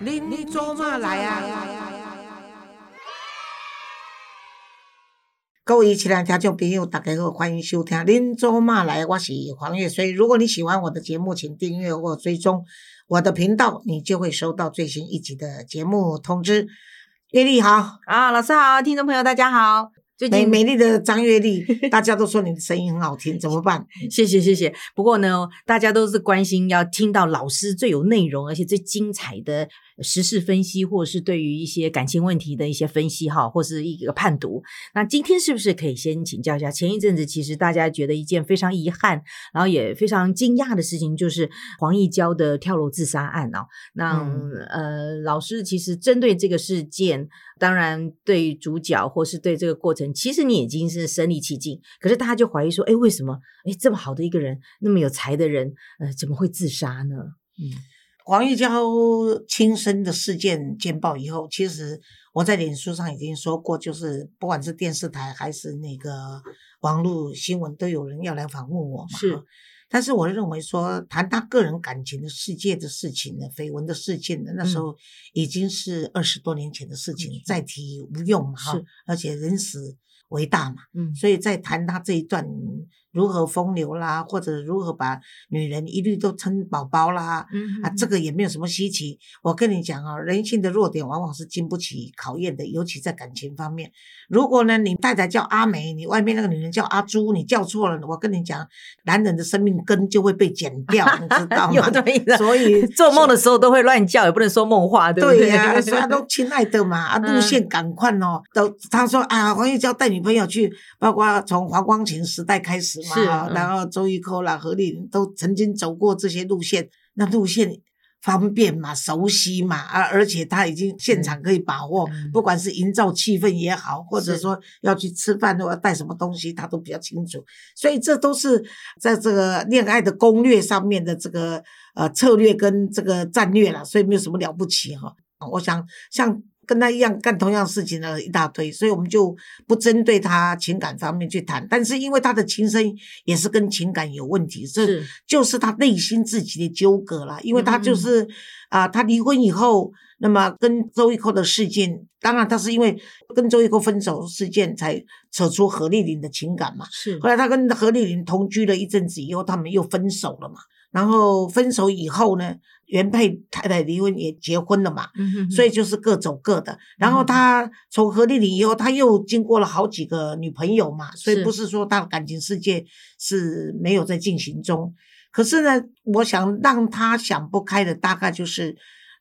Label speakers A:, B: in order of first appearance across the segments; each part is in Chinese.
A: 您您做嘛来啊？各位亲爱的听众朋友，大家好，欢迎收听《林州骂来》，我是黄月水。如果你喜欢我的节目，请订阅或追踪我的频道，你就会收到最新一集的节目通知。月丽好，
B: 啊，老师好，听众朋友大家好。最
A: 美
B: 近
A: 美丽的张月丽，大家都说你的声音很好听，怎么办？
B: 谢谢谢谢，不过呢，大家都是关心要听到老师最有内容而且最精彩的时事分析，或者是对于一些感情问题的一些分析哈，或是一个判读。那今天是不是可以先请教一下？前一阵子其实大家觉得一件非常遗憾，然后也非常惊讶的事情，就是黄义娇的跳楼自杀案哦。那、
A: 嗯
B: 呃，老师其实针对这个事件，当然对主角或是对这个过程，其实你已经是身临其境，可是大家就怀疑说，哎，为什么？哎，这么好的一个人，那么有才的人，呃，怎么会自杀呢？
A: 黄玉娇轻生的事件见报以后，其实我在脸书上已经说过，就是不管是电视台还是那个网络新闻，都有人要来访问我嘛。
B: 是。
A: 但是我认为说，谈他个人感情的世界的事情呢，绯闻的事件呢，那时候已经是嗯二十多年前的事情，
B: 嗯
A: 再提无用嘛哈
B: 是。
A: 而且人死为大嘛，
B: 嗯
A: 所以在谈他这一段如何风流啦，或者如何把女人一律都称宝宝啦，
B: 嗯
A: 啊， 这个也没有什么稀奇。我跟你讲啊，人性的弱点往往是经不起考验的，尤其在感情方面。如果呢，你太太叫阿梅，你外面那个女人叫阿朱，你叫错了，我跟你讲，男人的生命根就会被剪掉，你知 道
B: 有
A: 吗？
B: 这么一个
A: 所以
B: 做梦的时候都会乱叫，也不能说梦话，对不嗯
A: 对
B: 对
A: 呀、所以他都亲爱的嘛，啊，路线赶快哦。都他说啊，黄玉娇带女朋友去，包括从黄光琴时代开始嘛，
B: 是
A: 啊
B: 嗯
A: 然后周玉蔻啦、何丽玲都曾经走过这些路线，那路线。方便嘛，熟悉嘛，啊，而且他已经现场可以把握，
B: 嗯
A: 不管是营造气氛也好，或者
B: 是
A: 说要去吃饭或要带什么东西，他都比较清楚。所以这都是在这个恋爱的攻略上面的这个呃策略跟这个战略啦，所以没有什么了不起哈、我想像跟他一样干同样事情的一大堆，所以我们就不针对他情感方面去谈。但是因为他的情深也是跟情感有问题，这
B: 是
A: 就是他内心自己的纠葛啦。因为他就
B: 嗯
A: 是啊、他离婚以后，那么跟周玉蔻的事件，当然他是因为跟周玉蔻分手事件才扯出何丽玲的情感嘛。
B: 是
A: 后来他跟何丽玲同居了一阵子以后，他们又分手了嘛。然后分手以后呢，原配太太离婚也结婚了嘛，
B: 嗯哼哼
A: 所以就是各走各的。然后他从何丽玲以后，他又经过了好几个女朋友嘛，所以
B: 是
A: 不是说他的感情世界是没有在进行中。可是呢，我想让他想不开的大概就是，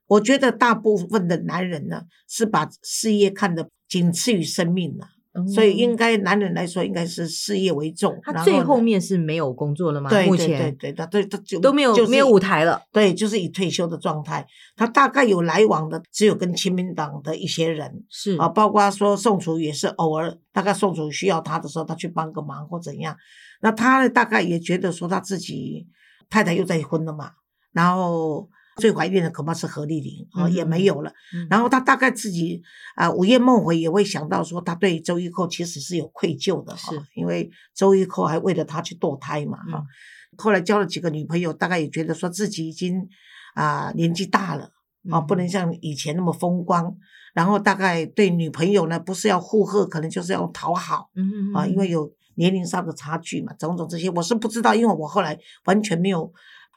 A: 我觉得大部分的男人呢是把事业看得仅次于生命了。
B: 哦
A: 所以应该男人来说，应该是事业为重。
B: 他
A: 然
B: 最
A: 呢
B: 后面是没有工作了吗？
A: 对
B: 目
A: 对对
B: 前
A: 对，他对他就
B: 都没有
A: 就是
B: 没有舞台了。
A: 对，就是以退休的状态。他大概有来往的，只有跟亲民党的一些人
B: 是
A: 啊，包括说宋楚瑜也是偶尔，大概宋楚瑜需要他的时候，他去帮个忙或怎样。那他呢，大概也觉得说他自己太太又再婚了嘛，然后。最怀念的恐怕是何丽玲啊，
B: 嗯
A: 也没有了。
B: 嗯
A: 然后他大概自己啊、午夜梦回也会想到说，他对周玉蔻其实是有愧疚的哈、
B: 是
A: 因为周玉蔻还为了他去堕胎嘛哈、
B: 嗯
A: 后来交了几个女朋友，大概也觉得说自己已经啊、年纪大了啊、
B: 嗯
A: 不能像以前那么风光。然后大概对女朋友呢，不是要附和，可能就是要讨好。
B: 嗯
A: 啊，因为有年龄上的差距嘛，种种这些我是不知道，因为我后来完全没有，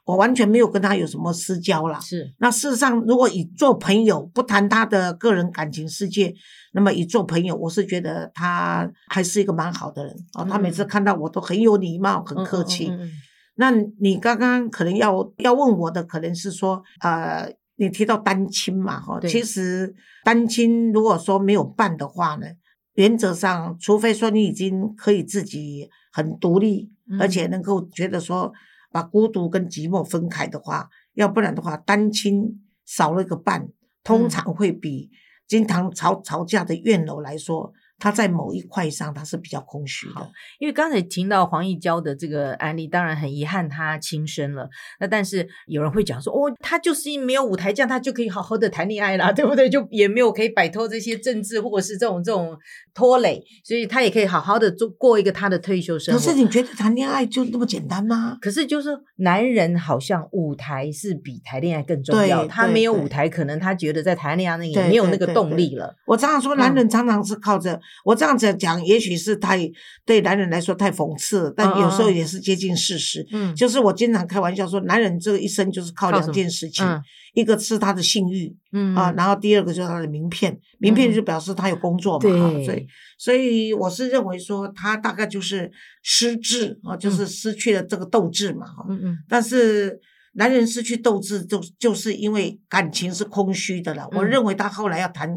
A: 我完全没有跟他有什么私交啦。
B: 是
A: 那事实上，如果以做朋友，不谈他的个人感情世界，那么以做朋友，我是觉得他还是一个蛮好的人哦。他每次
B: 嗯
A: 看到我都很有礼貌，很客气。
B: 嗯嗯嗯嗯
A: 那你刚刚可能要要问我的，可能是说，呃，你提到单亲嘛，哈，
B: 对
A: 其实单亲如果说没有办的话呢，原则上，除非说你已经可以自己很独立，
B: 嗯
A: 而且能够觉得说把孤独跟寂寞分开的话，要不然的话，单亲
B: 嗯
A: 少了一个伴，通常会比经常吵吵架的怨偶来说，他在某一块上他是比较空虚的
B: 好。因为刚才听到黄义娇的这个案例，当然很遗憾她轻生了。那但是有人会讲说，哦，她就是没有舞台这样，她就可以好好的谈恋爱啦，对不对？就也没有可以摆脱这些政治或者是这种这种拖累，所以她也可以好好的做过一个她的退休生
A: 可
B: 活。
A: 是你觉得谈恋爱就那么简单吗？
B: 可是就是男人好像舞台是比谈恋爱更重
A: 对
B: 要，他
A: 对
B: 没有
A: 对
B: 舞台，可能他觉得在谈恋爱那
A: 对
B: 也没有
A: 对
B: 那个
A: 对
B: 动
A: 对
B: 力了。
A: 我常常说，
B: 嗯
A: 男人常常是靠着、我这样子讲，也许是太对男人来说太讽刺了，但有时候
B: 嗯嗯
A: 也是接近事实。
B: 嗯，
A: 就是我经常开玩笑说，男人这一生就是靠
B: 靠什
A: 两
B: 么
A: 件事情，
B: 嗯
A: 一个是他的性欲
B: 嗯
A: 啊，然后第二个就是他的名片，名片
B: 嗯
A: 就表示他有工作嘛，啊所以
B: 对，
A: 所以我是认为说他大概就是失智啊，就是失去了这个斗志嘛，哈、
B: 嗯嗯
A: 但是男人失去斗志就，就是因为感情是空虚的了。我
B: 嗯
A: 认为他后来要谈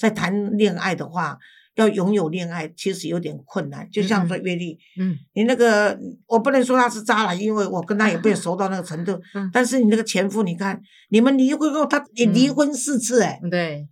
A: 再谈恋爱的话，要拥有恋爱其实有点困难。就像说阅历，
B: 嗯，
A: 你那个我不能说他是渣男，因为我跟他也 不会熟到那个程度。
B: 嗯
A: 但是你那个前夫，你看你们离婚后，他也离
B: 嗯
A: 婚四次哎、
B: 嗯对，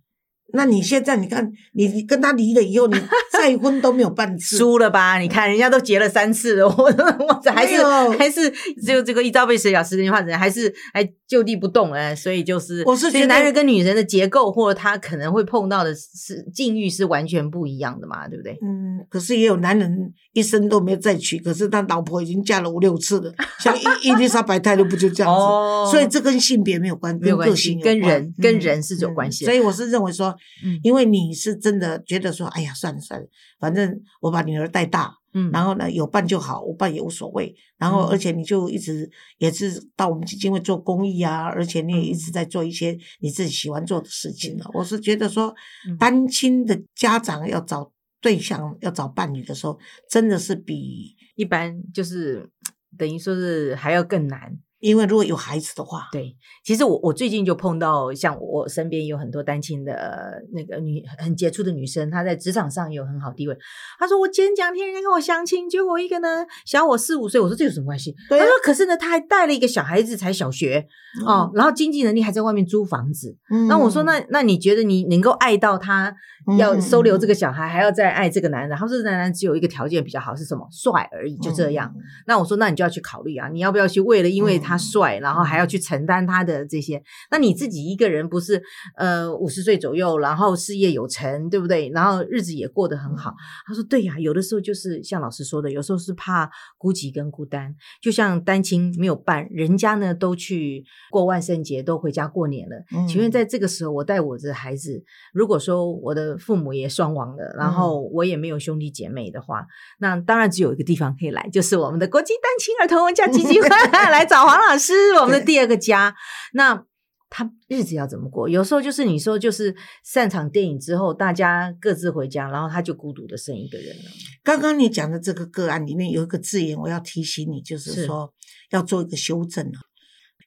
A: 那你现在你看你你跟他离了以后， 你再婚都没有半次。
B: 输了吧？你看人家都结了三次了，我我这还
A: 没
B: 是
A: 有
B: 还是只有这个一朝被蛇咬，十年怕井绳，还是还就地不动哎、所以就是，
A: 我是
B: 所以
A: 觉得
B: 男人跟女人的结构或者他可能会碰到的是境遇是完全不一样的嘛，对不对？
A: 嗯，可是也有男人一生都没有再娶，可是他老婆已经嫁了五六次了，像伊伊丽莎白泰勒不就这样子？
B: 哦
A: 所以这跟性别没有关，
B: 没有
A: 跟
B: 关
A: 个
B: 系
A: 性有
B: 跟
A: 关嗯
B: 人跟人是有关系的
A: 所以我是认为说，
B: 嗯
A: 因为你是真的觉得说，哎呀，算了算了，反正我把女儿带大，
B: 嗯
A: 然后呢有伴就好，无伴也无所谓。然后
B: 嗯
A: 而且你就一直也是到我们基金会做公益啊，而且你也一
B: 嗯
A: 直在做一些你自己喜欢做的事情啊。我是觉得说
B: 嗯，
A: 单亲的家长要找对象、要找伴侣的时候，真的是比
B: 一般就是等于说是还要更难。
A: 因为如果有孩子的话，
B: 对，其实我我最近就碰到，像我身边有很多单亲的呃那个女很杰出的女生，她在职场上也有很好地位。她说我前两天人家跟我相亲，结果一个呢小我四五岁，我说这有什么关系？
A: 对啊
B: 她说可是呢，她还带了一个小孩子才小学哦，然后经济能力还在外面租房子。
A: 嗯
B: 那我说那那你觉得你能够爱到她要收
A: 嗯
B: 留这个小孩，还要再爱这个男人？她说这男人只有一个条件比较好，是什么？帅而已，就这样。。
A: 嗯
B: 那我说，那你就要去考虑啊，你要不要去为了因为他
A: 嗯
B: 帅，然后还要去承担他的这些？那你自己一个人不是呃五十岁左右，然后事业有成，对不对？然后日子也过得很好。他说，对呀、有的时候就是像老师说的，有时候是怕孤寂跟孤单，就像单亲没有伴，人家呢都去过万圣节，都回家过年了。
A: 嗯
B: 请问，在这个时候，我带我的孩子，如果说我的父母也双亡了，
A: 嗯
B: 然后我也没有兄弟姐妹的话，那当然只有一个地方可以来，就是我们的国际单亲儿童文教基 金会来找黄老师，我们的第二个家。那他日子要怎么过？有时候就是你说，就是散场电影之后，大家各自回家，然后他就孤独的剩一个人了。
A: 刚刚你讲的这个个案里面有一个字眼，我要提醒你，就是
B: 是
A: 说要做一个修正啊。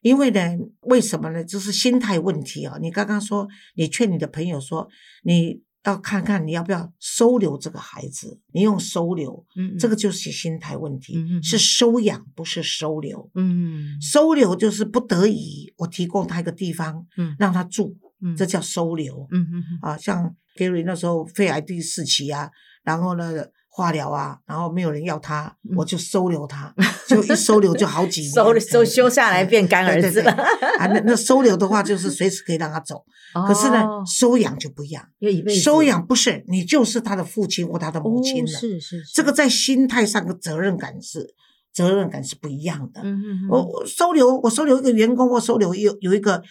A: 因为呢，为什么呢？就是心态问题啊。你刚刚说，你劝你的朋友说，你要看看你要不要收留这个孩子，你用收留，
B: 嗯
A: 这个就是心态问题，
B: 嗯嗯嗯
A: 是收养，不是收留。
B: 嗯
A: 收留就是不得已，我提供他一个地方
B: 嗯
A: 让他住，
B: 嗯
A: 这叫收留。
B: 嗯嗯
A: 啊，像 Gary 那时候肺癌第四期啊，然后呢化疗啊，然后没有人要他，
B: 嗯
A: 我就收留他，就一收留就好几 年，
B: 收收
A: 嗯
B: 收下来变干儿子了。
A: 对对对啊，那那收留的话就是随时可以让他走，可是呢
B: 哦，
A: 收养就不一样，
B: 因为一辈子
A: 收养不是你就是他的父亲或他的母
B: 哦
A: 亲了，
B: 是是是
A: 这个在心态上的责任感是责任感是不一样的，
B: 嗯嗯嗯
A: 我我收留我收留一个员工或收留有有一个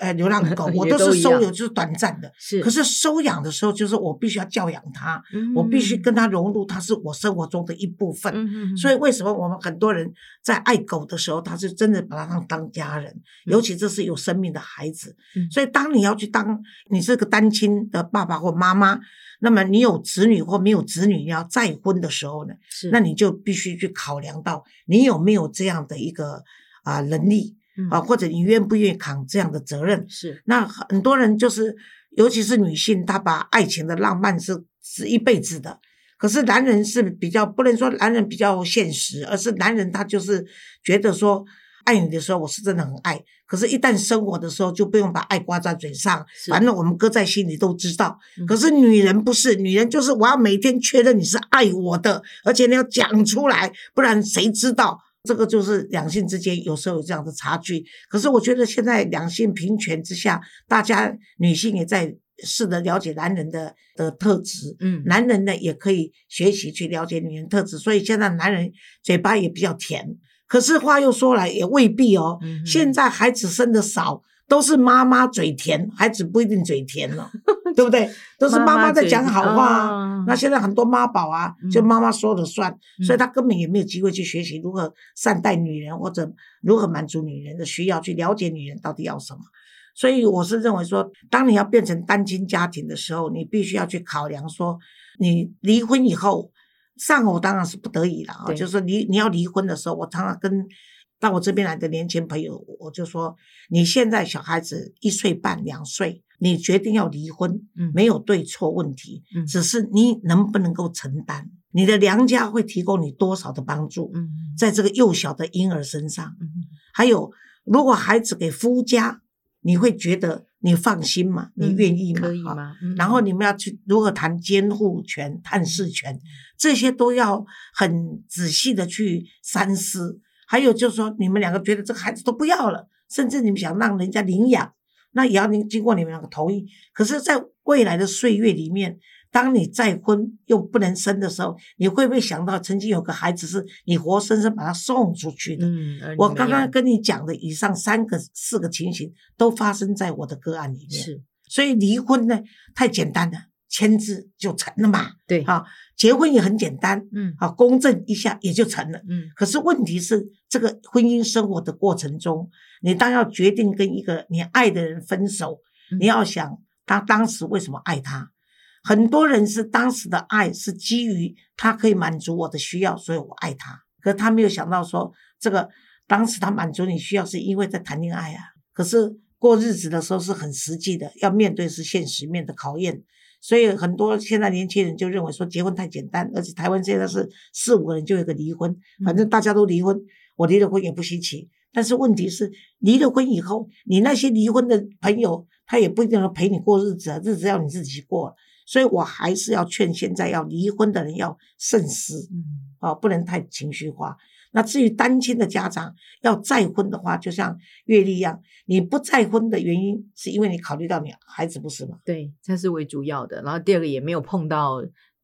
A: 呃流浪 狗，我
B: 也
A: 都
B: 都
A: 是
B: 一
A: 收
B: 样
A: 留就是短暂的。
B: 是，
A: 可是收养的时候，就是我必须要教养他，我必须
B: 嗯
A: 跟他融入，他是我生活中的一部分。
B: 嗯嗯嗯
A: 所以为什么我们很多人在爱狗的时候，他是真的把它当当家人，
B: 嗯
A: 尤其这是有生命的孩子。
B: 嗯
A: 所以当你要去当你是个单亲的爸爸或妈妈，那么你有子女或没有子女，你要再婚的时候呢，
B: 是
A: 那你就必须去考量到你有没有这样的一个啊、能力
B: 嗯
A: 啊，或者你愿不愿意扛这样的责任。
B: 是
A: 那很多人就是，尤其是女性，她把爱情的浪漫是是一辈子的。可是男人是比较不能说男人比较现实，而是男人他就是觉得说爱你的时候，我是真的很爱。可是，一旦生活的时候，就不用把爱挂在嘴上，
B: 是
A: 反正我们搁在心里都知道
B: 嗯。
A: 可是女人不是，女人就是我要每天确认你是爱我的，而且你要讲出来，
B: 嗯
A: 不然谁知道？这个就是两性之间有时候有这样的差距。可是我觉得现在两性平权之下，大家女性也在试着了解男人的的特质，
B: 嗯，
A: 男人呢也可以学习去了解女人特质，所以现在男人嘴巴也比较甜。可是话又说来，也未必哦。
B: 嗯哼
A: 现在孩子生的少，都是妈妈嘴甜，孩子不一定嘴甜 了，对不对？都是妈妈在讲好话啊、
B: 啊
A: 那现在很多妈宝啊，就
B: 嗯
A: 妈妈说了算，所以
B: 嗯
A: 他根本也没有机会去学习如何善待女人，或者如何满足女人的需要，去了解女人到底要什么。所以我是认为说，当你要变成单亲家庭的时候，你必须要去考量说，你离婚以后，丧偶当然是不得已了啊，
B: 对
A: 就是说离你要离婚的时候，我常常跟到我这边来的年轻朋友，我就说，你现在小孩子一岁半、两岁，你决定要离婚，
B: 嗯
A: 没有对错问题，
B: 嗯
A: 只是你能不能够承担，你的娘家会提供你多少的帮助，
B: 嗯
A: 在这个幼小的婴儿身上，
B: 嗯
A: 还有如果孩子给夫家，你会觉得你放心吗？你
B: 嗯
A: 愿意吗？
B: 可以
A: 啊
B: 吗？嗯
A: 然后你们要去如何谈监护权、探视权，这些都要很仔细的去三思。还有就是说，你们两个觉得这个孩子都不要了，甚至你们想让人家领养，那也要您经过你们两个同意。可是，在未来的岁月里面，当你再婚又不能生的时候，你会不会想到曾经有个孩子是你活生生把他送出去的？
B: 嗯，而你
A: 我
B: 没
A: 刚刚
B: 有
A: 跟你讲的以上三个、四个情形都发生在我的个案里面。
B: 是
A: 所以离婚呢太简单了，签字就成了嘛。
B: 对，
A: 啊，结婚也很简单，
B: 嗯
A: 啊，公证一下也就成了。
B: 嗯
A: 可是问题是，这个婚姻生活的过程中，你当要决定跟一个你爱的人分手，
B: 嗯
A: 你要想他当时为什么爱他。很多人是当时的爱是基于他可以满足我的需要，所以我爱他。可是他没有想到说，这个当时他满足你需要是因为在谈恋爱啊。可是过日子的时候是很实际的，要面对是现实面的考验。所以很多现在年轻人就认为说结婚太简单，而且台湾现在是四五个人就有一个离婚，反正大家都离婚，我离了婚也不稀奇。但是问题是，离了婚以后，你那些离婚的朋友，他也不一定能陪你过日子啊，日子要你自己过。所以我还是要劝现在要离婚的人要慎思
B: 嗯
A: 啊，不能太情绪化。那至于单亲的家长要再婚的话，就像月丽一样，你不再婚的原因是因为你考虑到你孩子不是吗？
B: 对，这是为主要的。然后第二个也没有碰到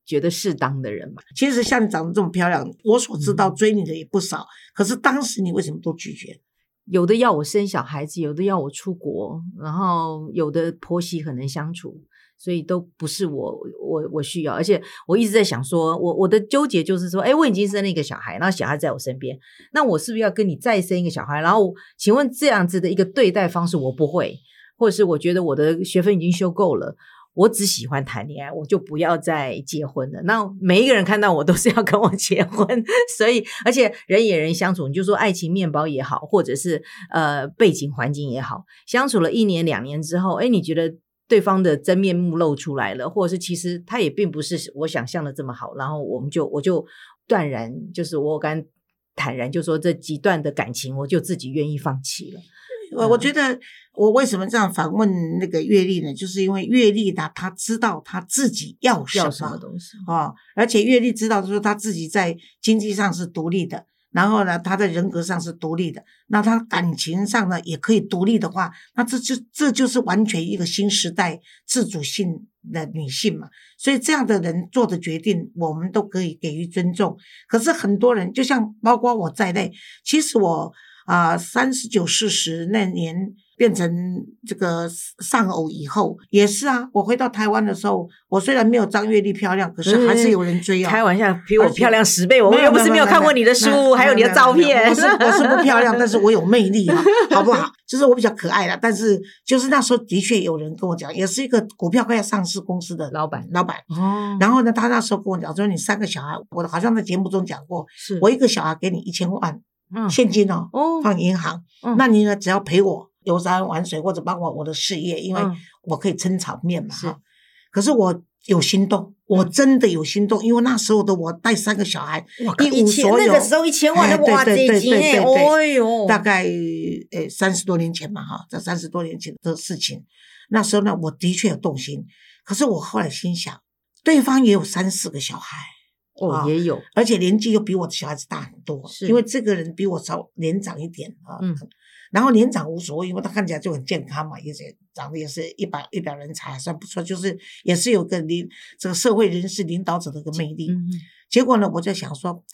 B: 觉得适当的人嘛，
A: 其实像你长得这么漂亮，我所知道
B: 嗯
A: 追你的也不少，可是当时你为什么都拒绝？
B: 有的要我生小孩子，有的要我出国，然后有的婆媳很难相处，所以都不是我我我需要。而且我一直在想说，我我的纠结就是说，哎，我已经生了一个小孩，然后小孩在我身边，那我是不是要跟你再生一个小孩？然后，请问这样子的一个对待方式，我不会，或者是我觉得我的学分已经修够了。我只喜欢谈恋爱，我就不要再结婚了。那每一个人看到我都是要跟我结婚， 所以而且人与人相处，你就说爱情面包也好，或者是呃背景环境也好，相处了一年两年之后，哎，你觉得对方的真面目露出来了，或者是其实他也并不是我想象的这么好，然后我们就我就断然就是我敢坦然就说这几段的感情，我就自己愿意放弃了。
A: 我
B: 嗯
A: 我觉得我为什么这样反问那个月丽呢？就是因为月丽呢，她知道她自己要什
B: 要
A: 么
B: 什么东西？
A: 哦，而且月丽知道说她自己在经济上是独立的，然后呢，她在人格上是独立的，那她感情上呢也可以独立的话，那这就这就是完全一个新时代自主性的女性嘛。所以这样的人做的决定，我们都可以给予尊重。可是很多人，就像包括我在内，其实我啊三十九四十那年变成这个丧偶以后，也是啊。我回到台湾的时候，我虽然没有张月丽漂亮，可是还是有人追
B: 嗯
A: 啊。
B: 开玩笑，比我
A: 而且
B: 漂亮十倍，我又不是没有看过你的书，还有你的照
A: 没有
B: 片。
A: 我是我是不漂亮，但是我有魅力 啊，好不好？就是我比较可爱啦，但是就是那时候的确有人跟我讲，也是一个股票快要上市公司的
B: 老板
A: 老板。
B: 哦
A: 然后呢，他那时候跟我讲说，你三个小孩，我好像在节目中讲过，
B: 是
A: 我一个小孩给你一千万
B: 嗯
A: 现金哦，
B: 哦
A: 放银行，
B: 嗯
A: 那你呢只要陪我游山玩水或者帮我我的事业，因为
B: 嗯
A: 我可以撑场面嘛。
B: 是嗯
A: 哈可是我有心动，我真的有心动，因为那时候的我带三个小孩，
B: 哇
A: 一
B: 一
A: 无
B: 千
A: 所
B: 那
A: 有。
B: 个时候一千万
A: 哎
B: 的哇，这
A: 对对对
B: 几哎，
A: 对对对
B: 哎呦，
A: 大概呃三十多年前嘛哈，在三十多年前的事情，那时候呢，我的确有动心，可是我后来心想，对方也有三四个小孩，
B: 哦
A: 啊
B: 也有，
A: 而且年纪又比我的小孩子大很多，
B: 是
A: 因为这个人比我稍年长一点啊，
B: 嗯
A: 然后年长无所谓，因为他看起来就很健康嘛，也是长得也是一表一表人才，还算不错，就是也是有个领这个社会人士领导者的一个魅力。
B: 嗯
A: 结果呢，我就想说，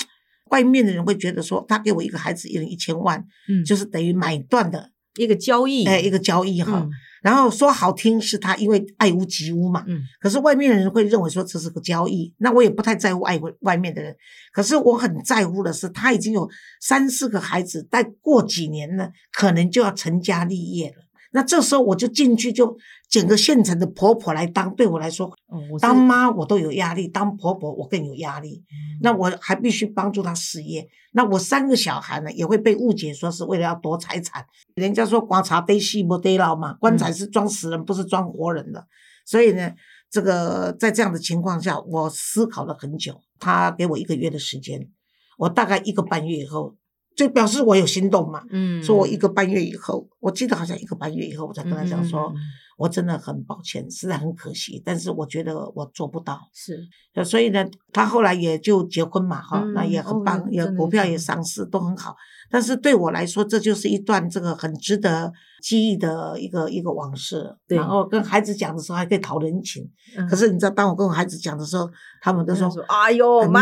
A: 外面的人会觉得说，他给我一个孩子一人一千万，
B: 嗯，
A: 就是是等于买断的
B: 一个交易，
A: 哎一个交易哈。
B: 嗯
A: 然后说好听是他因为爱屋及乌嘛，
B: 嗯
A: 可是外面的人会认为说这是个交易，那我也不太在乎爱外面的人，可是我很在乎的是他已经有三四个孩子，再过几年呢，可能就要成家立业了。那这时候我就进去就捡个现成的婆婆来当，对我来说，
B: 哦，我是
A: 当妈我都有压力，当婆婆我更有压力。那我还必须帮助他事业。那我三个小孩呢，也会被误解说是为了要夺财产。人家说观察得细不得牢嘛，棺
B: 嗯
A: 材是装死人，不是装活人的。所以呢，这个在这样的情况下，我思考了很久。他给我一个月的时间，我大概一个半月以后，就表示我有心动嘛。
B: 嗯
A: 说我一个半月以后，我记得好像一个半月以后，我才跟他讲说，
B: 嗯嗯嗯嗯
A: 我真的很抱歉，实在很可惜，但是我觉得我做不到。
B: 是
A: 呃，所以呢，他后来也就结婚嘛，哈、那
B: 嗯
A: 也
B: 哦
A: 很棒，
B: 那
A: 也
B: 真的
A: 股
B: 是
A: 票
B: 这
A: 也
B: 样
A: 上市，都很好。但是对我来说，这就是一段这个很值得记忆的一个一个往事。
B: 对
A: 然后跟孩子讲的时候还可以讨人情，
B: 嗯
A: 可是你知道，当我跟我孩子讲的时候，他们都
B: 他
A: 说
B: 说：“哎呦
A: 哎妈，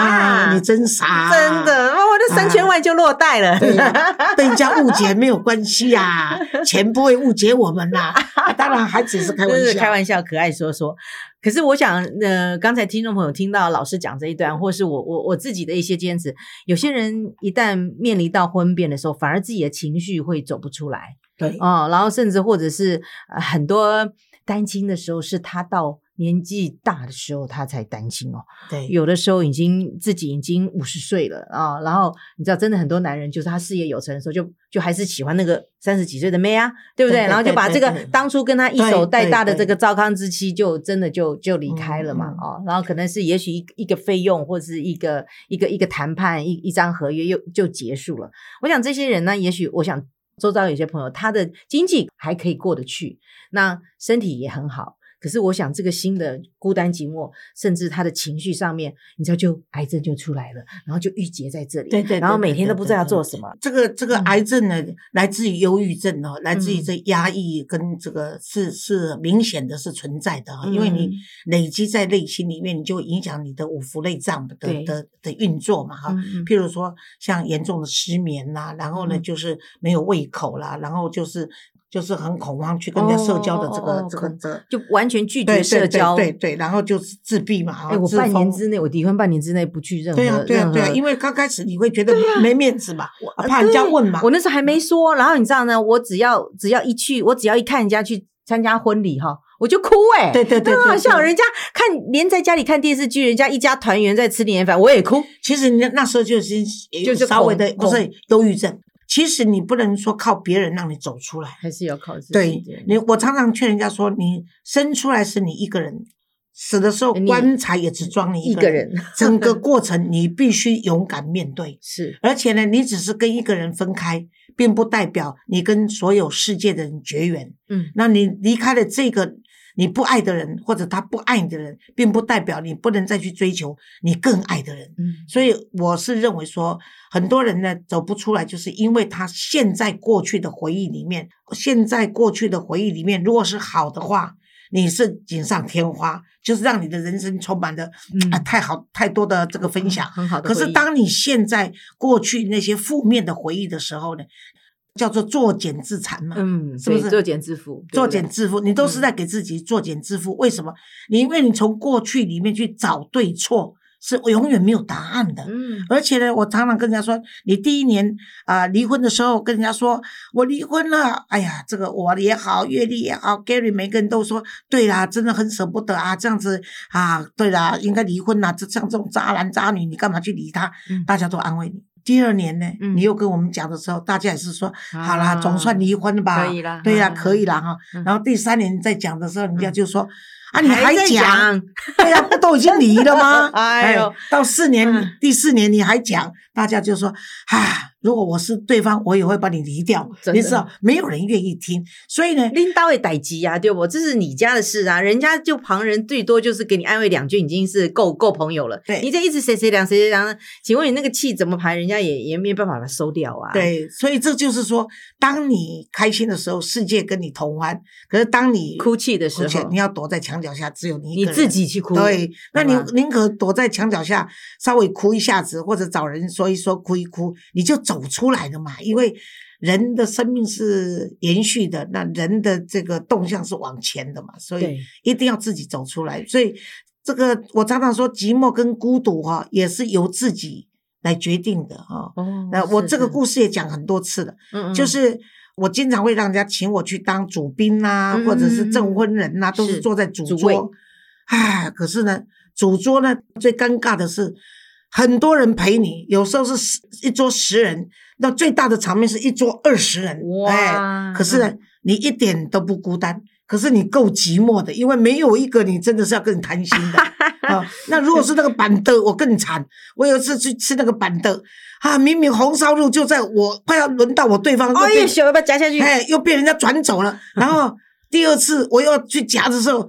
B: 妈，
A: 你真 傻，
B: 真。的，哇我的三千万就落袋了。
A: 对呀、被人家误解没有关系 呀、钱不会误解我们啦、啊当然，孩子也是开玩
B: 真是
A: 笑，
B: 开玩笑，可爱说说。可是我想，呃，刚才听众朋友听到老师讲这一段，或是我我我自己的一些坚持，有些人一旦面临到婚变的时候，反而自己的情绪会走不出来
A: 对，
B: 哦，然后甚至或者是、呃很多单亲的时候，是他到年纪大的时候他才担心哦。
A: 对，
B: 有的时候已经自己已经五十岁了啊，然后你知道，真的很多男人就是他事业有成的时候就，就还是喜欢那个三十几岁的妹啊，对不对？
A: 对对
B: 然后就把这
A: 对
B: 个
A: 对对
B: 当初跟他一手带大的
A: 对对
B: 这个糟糠之妻，就真的就就离开了嘛
A: 嗯嗯
B: 啊、然后可能是也许一个一个费用或是一个一个一个谈判一一张合约又就结束了。我想这些人呢，也许我想周遭有些朋友，他的经济还可以过得去，那身体也很好。可是我想，这个新的孤单寂寞，甚至他的情绪上面，你知道，就癌症就出来了，然后就郁结在这里，
A: 对对对
B: 然后每天
A: 对
B: 都
A: 对
B: 不知道要
A: 对
B: 做
A: 对
B: 什么，
A: 这个这个
B: 嗯
A: 癌症呢，来自于忧郁症哦，来自于
B: 嗯
A: 这压抑跟这个是是明显的是存在的哦哈，因为你
B: 嗯
A: 累积在内心里面，你就影响你的五福内脏的
B: 对
A: 的的运作嘛哈。
B: 嗯嗯
A: 譬如说像严重的失眠啦、然后呢
B: 嗯
A: 就是没有胃口啦，然后就是就是很恐慌去跟人家社交的这
B: 哦哦
A: 个
B: 哦哦
A: 这个这个。
B: 就完全拒绝
A: 对对
B: 社
A: 对
B: 交。
A: 对对，然后就是自闭嘛，啊
B: 哎，我
A: 自
B: 半年
A: 封
B: 之内，我离婚半年之内不去任何，
A: 对呀、啊对呀、
B: 任
A: 对呀、
B: 何
A: 因为刚开始你会觉得没面子嘛，啊怕人
B: 对
A: 家问嘛。
B: 我那时候还没说，然后你知道呢，我只要只要一去，我只要一看人家去参加婚礼哈，我就哭哎、
A: 对对对对
B: 那好像
A: 对
B: 人家看连在家里看电视剧，人家一家团圆在吃年夜饭，我也哭。
A: 其实你那那时候就是
B: 就
A: 就是稍微的
B: 恐
A: 不是忧郁症。其实你不能说靠别人让你走出来。
B: 还是要靠自己。
A: 对你，我常常劝人家说，你生出来是你一个人，死的时候
B: 呃你
A: 棺材也只装你
B: 一
A: 一
B: 个
A: 个人。
B: 人
A: 整个过程你必须勇敢面对，
B: 是
A: 而且呢，你只是跟一个人分开，并不代表你跟所有世界的人绝缘。
B: 嗯
A: 那你离开了这个你不爱的人，或者他不爱你的人，并不代表你不能再去追求你更爱的人。
B: 嗯
A: 所以我是认为说，很多人呢走不出来，就是因为他现在过去的回忆里面，现在过去的回忆里面，如果是好的话，你是锦上添花，就是让你的人生充满了
B: 嗯
A: 啊、太好太多的这个分享。
B: 很嗯好的
A: 可
B: 回忆。
A: 是当你现在过去那些负面的回忆的时候呢，叫做作茧自残嘛。
B: 嗯，
A: 是不
B: 对
A: 是
B: 作茧自缚？对不对
A: 作
B: 嗯
A: 茧自缚，你都是在给自己作茧自缚。为什么？你因为你从过去里面去找对错，是永远没有答案的。
B: 嗯
A: 而且呢，我常常跟人家说，你第一年啊、离婚的时候，跟人家说我离婚了，哎呀，这个我也好，阅历也好，Gary 每个人都说，对啦，真的很舍不得啊，这样子啊，对啦，应该离婚啦，这像这种渣男渣女，你干嘛去理他？
B: 嗯
A: 大家都安慰你，第二年呢，
B: 嗯
A: 你又跟我们讲的时候，大家也是说，好啦，
B: 啊
A: 总算离婚吧，
B: 可以啦
A: 对呀，
B: 嗯
A: 可以啦哈
B: 嗯。
A: 然后第三年再讲的时候，人家就说，啊，你
B: 还在？
A: 讲？对哎呀，不都已经离了吗
B: 哎呦，
A: 到四年
B: 嗯
A: 第四年你还讲，大家就说啊，如果我是对方，我也会把你离掉
B: 真。的
A: 你知道，没有人愿意听，所以呢，
B: 拎刀也逮急啊，对不？这是你家的事啊，人家就旁人最多就是给你安慰两句，已经是够够朋友了。
A: 对
B: 你这一直谁谁凉谁谁凉，请问你那个气怎么排？人家也也没办法把它收掉啊。，
A: 对，所以这就是说，当你开心的时候，世界跟你同欢；可是当你
B: 哭泣的时
A: 而且
B: 候
A: 你，要躲在墙角下，只有你一
B: 你
A: 个人
B: 自。己去哭。
A: 对，那你
B: 好吧
A: 宁可躲在墙角下稍微哭一下子，或者找人说一说，哭一哭，你就走出来了嘛。因为人的生命是延续的，那人的这个动向是往前的嘛，所以
B: 对
A: 一定要自己走出来。所以这个我常常说，寂寞跟孤独哈、也是由自己来决定的哈、
B: 哦嗯
A: 那我这个
B: 事
A: 故事也讲很多次了，就
B: 就是
A: 我经常会让人家请我去当主宾呐、
B: 嗯
A: 或者是证婚人呐、都
B: 是
A: 是坐在主
B: 主
A: 桌
B: 位。
A: 唉，可是呢，主桌呢最尴尬的是，很多人陪你，有时候是十一桌十人，那最大的场面是一桌二十人。哎，
B: 哇，
A: 可是呢，你一点都不孤单。可是你够寂寞的，因为没有一个你真的是要跟你谈心 的啊、那如果是那个板凳，我更惨。我有一次去吃那个板凳，啊，明明红烧肉就在我快要轮到我对方，
B: 哦
A: 又被
B: 耶，小尾巴嗯夹下去，
A: 哎，又被人家转走了。然后第二次我又要去夹的时候，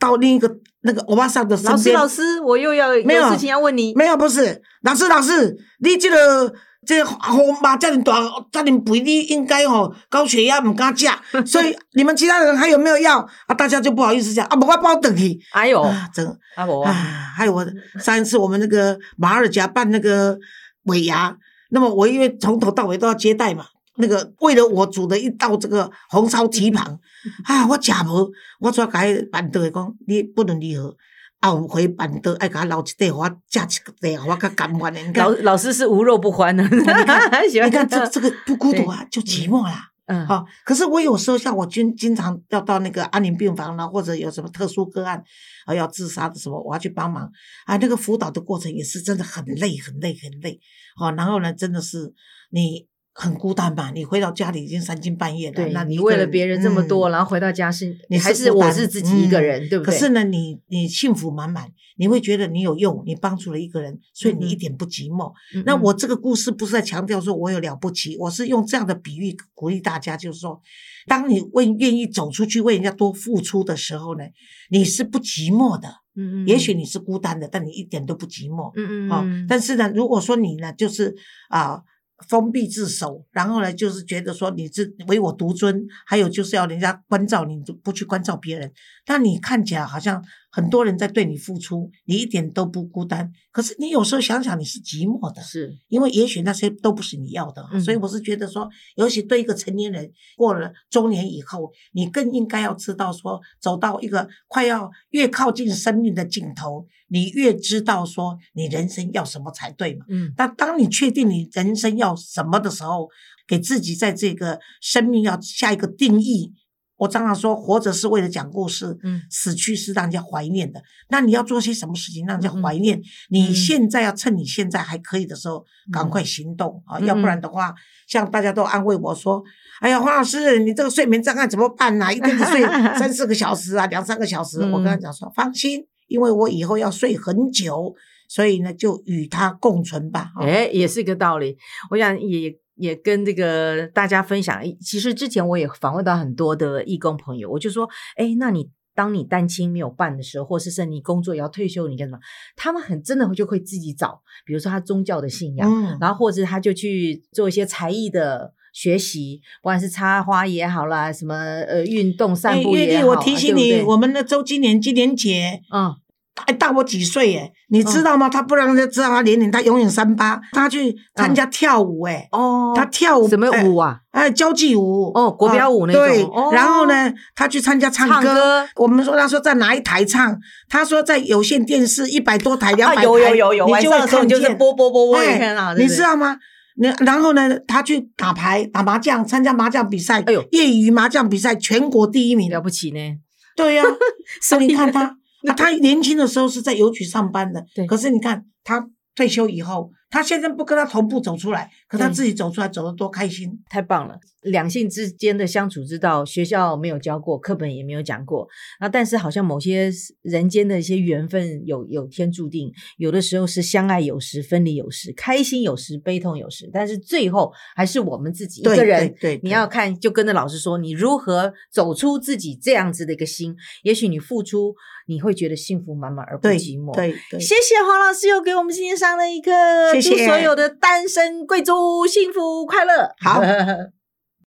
A: 到另一个那个欧巴桑的身
B: 老师
A: 边，
B: 老师，我又要
A: 没有
B: 有事情要问你。
A: 没有，不是老师老师，你这个这个红吧，这样大，这样肥，你应该吼、高血压唔敢吃，所以你们其他人还有没有要啊？大家就不好意思讲啊，不我包等去
B: 哎呦，
A: 啊，真
B: 阿伯
A: 啊，
B: 啊，
A: 还有我上一次我们那个马尔甲办那个尾牙，那么我因为从头到尾都要接待嘛，那个为了我煮的一道这个红烧蹄膀，啊，我吃无，我怎改板凳的讲，你不能离合。后回板凳爱给他留一块，给我吃一块，给我较甘愿的。你
B: 老
A: 看，
B: 老师是无肉不欢的，喜欢
A: 你看这这个不孤独啊，就寂寞啦。
B: 嗯
A: 好、可是我有时候像我经经常要到那个安宁病房啦，或者有什么特殊个案啊要自杀的什么，我要去帮忙啊。那个辅导的过程也是真的很累，很累，很累。好、然后呢，真的是你很孤单嘛，你回到家里已经三更半夜了，
B: 对，
A: 那
B: 你
A: 一
B: 为
A: 个
B: 了别人这么多，
A: 嗯
B: 然后回到家是
A: 你
B: 还
A: 是
B: 是
A: 孤
B: 我
A: 单
B: 是自己一个人，对不
A: 可
B: 对？
A: 是呢，你你幸福满满，你会觉得你有用，你帮助了一个人，所以
B: 嗯
A: 你
B: 哼
A: 一点不寂寞。
B: 嗯，
A: 那
B: 嗯
A: 我这个故事不是在强调说我有了不起，我是用这样的比喻鼓励大家，就是说，当你为愿意走出去为人家多付出的时候呢，你是不寂寞的。
B: 嗯嗯
A: 也许你是孤单的，但你一点都不寂寞。
B: 嗯嗯
A: 哦
B: 嗯，，
A: 但是呢，如果说你呢，就是啊、封闭自守，然后呢，就是觉得说你是唯我独尊，还有就是要人家关照你，就不去关照别人。那你看起来好像很多人在对你付出，你一点都不孤单。可是你有时候想想，你是寂寞的，
B: 是
A: 因为也许那些都不是你要的啊、
B: 嗯
A: 所以我是觉得说，尤其对一个成年人过了中年以后，你更应该要知道说，走到一个快要越靠近生命的尽头，你越知道说你人生要什么才对嘛。
B: 嗯
A: 那当你确定你人生要什么的时候，给自己在这个生命要下一个定义。我常常说，活着是为了讲故事，
B: 嗯
A: 死去是让人家怀念的。那你要做些什么事情让人家
B: 嗯嗯
A: 怀念？你
B: 嗯
A: 现在要趁你现在还可以的时候，赶
B: 嗯
A: 快行动啊！
B: 嗯
A: 要
B: 嗯
A: 不然的话，像大家都安慰我说：“哎呀，黄老师，你这个睡眠障碍怎么办呐、一天只 睡三四个小时啊，两三个小时。”我跟他
B: 嗯
A: 讲说：“放心，因为我以后要睡很久，所以呢，就与它共存吧。啊
B: 哎，也是个道理。我想也也跟这个大家分享。其实之前我也访问到很多的义工朋友，我就说，哎，那你当你单亲没有伴的时候，或是甚至你工作也要退休，你干什么？他们很真的就会自己找，比如说他宗教的信仰，
A: 嗯，
B: 然后或者他就去做一些才艺的。学习，不管是插花也好啦，什么呃运动散
A: 哎
B: 步
A: 月
B: 也
A: 丽，
B: 好啊，
A: 我提醒
B: 对
A: 你，
B: 不对
A: 我们的周金莲金莲姐
B: 嗯
A: 还大我几岁耶，你知
B: 嗯
A: 道吗？她不让人家知道她年龄，她永远三八。她去参加跳舞，哎，
B: 嗯哦，
A: 她跳舞
B: 什么舞啊？
A: 哎？哎，交际舞
B: 哦国标舞那种
A: 啊对
B: 哦，
A: 然后呢，她去参加唱
B: 唱歌
A: 我们说她说在哪一台唱，她说在有线电视一百多台、两百台，
B: 啊有有有有，
A: 你
B: 晚
A: 就
B: 上
A: 会
B: 的时候
A: 看
B: 你就是
A: 见。
B: 播播播播，
A: 哎
B: 你看啊到，对
A: 你
B: 不对
A: 知道吗？那然后呢，他去打牌、打麻将，参加麻将比赛，
B: 哎呦
A: 业余麻将比赛全国第一名
B: 了。不起呢，
A: 对呀、所以你看他，
B: 对
A: 啊他年轻的时候是在邮局上班的
B: 对，
A: 可是你看他退休以后，她先生不跟她同步走出来，可她自己走出来，走得多开心。
B: 太棒了！两性之间的相处之道，学校没有教过，课本也没有讲过。那但是好像某些人间的一些缘分有，有天注定，有的时候是相爱有时，分离有时，开心有时，悲痛有时。但是最后还是我们自己一
A: 对
B: 个人。
A: 对对，对
B: 你要看，就跟着老师说，你如何走出自己这样子的一个心。也许你付出，你会觉得幸福满满而不
A: 对
B: 寂寞。
A: 对对，
B: 谢谢黄老师又给我们今天上了一课，
A: 谢谢
B: 祝所有的单身贵族幸福快乐。
A: 好